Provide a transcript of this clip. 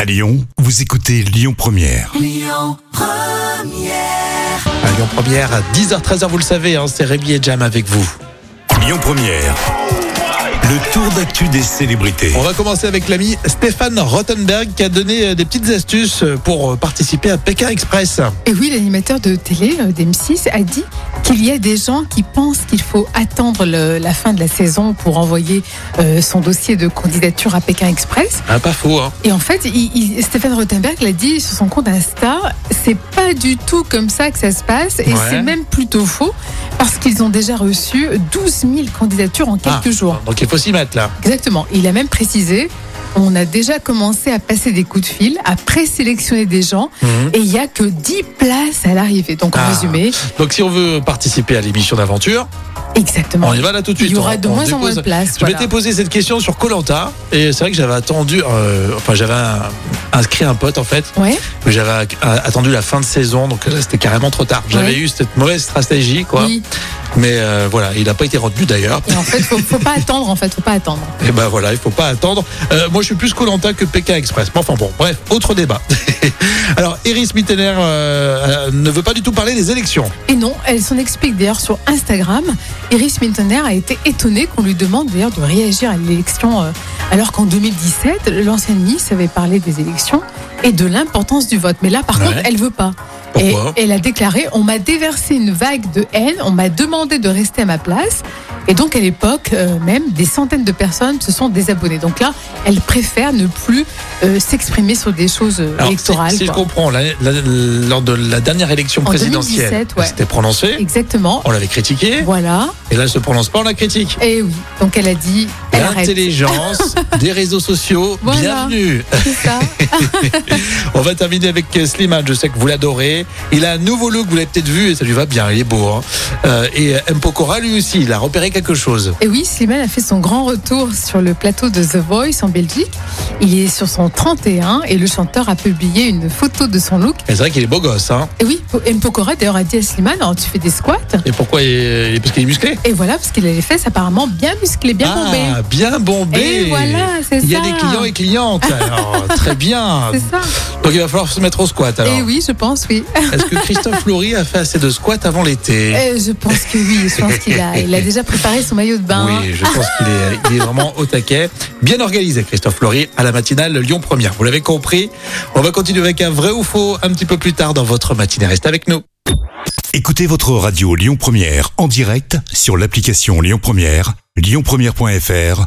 À Lyon, vous écoutez Lyon Première. À Lyon Première, à 10h-13h, vous le savez, hein, c'est Rémi et Jam avec vous. Lyon Première. Le tour d'actu des célébrités. On va commencer avec l'ami Stéphane Rottenberg qui a donné euh, des petites astuces euh, pour euh, participer à Pékin Express. Et oui, l'animateur de télé euh, d'M6 a dit qu'il y a des gens qui pensent qu'il faut attendre le- la fin de la saison pour envoyer euh, son dossier de candidature à Pékin Express. Ah, pas faux, hein. Et en fait, il- il- Stéphane Rothenberg l'a dit sur son compte Insta, c'est pas du tout comme ça que ça se passe et Ouais. c'est même plutôt faux parce qu'ils ont déjà reçu 12 000 candidatures en quelques Ah, jours. Donc il faut s'y mettre là. Exactement. Il a même précisé. On a déjà commencé à passer des coups de fil, à présélectionner des gens, et il n'y a que 10 places à l'arrivée. Donc, en Ah. résumé, Donc si on veut participer à l'émission d'aventure, exactement. on y va là tout de suite. Il y aura On- de on moins dépose- en moins de places. Je voilà. m'étais posé cette question sur Colanta et c'est vrai que j'avais attendu, euh, enfin j'avais un- inscrit un pote en fait, Ouais. mais j'avais euh, attendu la fin de saison, donc là c'était carrément trop tard. J'avais Ouais. eu cette mauvaise stratégie quoi, Oui. mais euh, voilà, il n'a pas été retenu d'ailleurs. Et en fait, faut, faut pas attendre. En fait, faut pas attendre. Et ben voilà, il faut pas attendre. Euh, moi, je suis plus Colanta que Pékin Express. Mais enfin bon, bref, autre débat. Alors, Iris Mittener euh, euh, ne veut pas du tout parler des élections. Et non, elle s'en explique d'ailleurs sur Instagram. Iris Miltoner a été étonnée qu'on lui demande d'ailleurs de réagir à l'élection, euh, alors qu'en 2017, l'ancienne Miss avait parlé des élections et de l'importance du vote. Mais là, par Ouais. contre, elle veut pas. Et Pourquoi elle a déclaré On m'a déversé une vague de haine, on m'a demandé de rester à ma place. Et donc, à l'époque, euh, même des centaines de personnes se sont désabonnées. Donc là, elle préfère ne plus euh, s'exprimer sur des choses euh, Alors, si, électorales. si je quoi. comprends, la- la- lors de la dernière élection En présidentielle, 2017, ouais. elle s'était prononcée, Exactement. on l'avait critiquée, Voilà. et là, elle se prononce pas, on la critique. Et Eh oui, donc elle a dit, elle arrête. L'intelligence des réseaux sociaux, Voilà. bienvenue. C'est ça. On va terminer avec euh, Slimane, je sais que vous l'adorez. Il a un nouveau look, vous l'avez peut-être vu, et ça lui va bien, il est beau. hein. Euh, et M. Pokora, lui aussi, il a repéré quelque chose. Et oui, Slimane a fait son grand retour sur le plateau de The Voice en Belgique. Il est sur son 31 et le chanteur a publié une photo de son look. Et c'est vrai qu'il est beau gosse, hein. Et oui, M. Pokora d'ailleurs a dit à Slimane, Alors, tu fais des squats Et pourquoi il est... Parce qu'il est musclé Et voilà, parce qu'il a les fesses apparemment bien musclées, bien bombées. Ah, bien bombé Et voilà, c'est ça. Il y a des clients et clientes. Alors, très bien. C'est ça. Donc il va falloir se mettre au squat. Alors, Et oui, je pense, oui. est-ce que Christophe Laurie a fait assez de squats avant l'été Euh, je pense que oui. Je pense qu'il a, il a déjà préparé son maillot de bain. Oui, je pense qu'il est, il est vraiment au taquet. Bien organisé, Christophe Laurie, à la matinale Lyon Première. Vous l'avez compris. On va continuer avec un vrai ou faux un petit peu plus tard dans votre matinée. Restez avec nous. Écoutez votre radio Lyon Première en direct sur l'application Lyon Première, lyonpremière.fr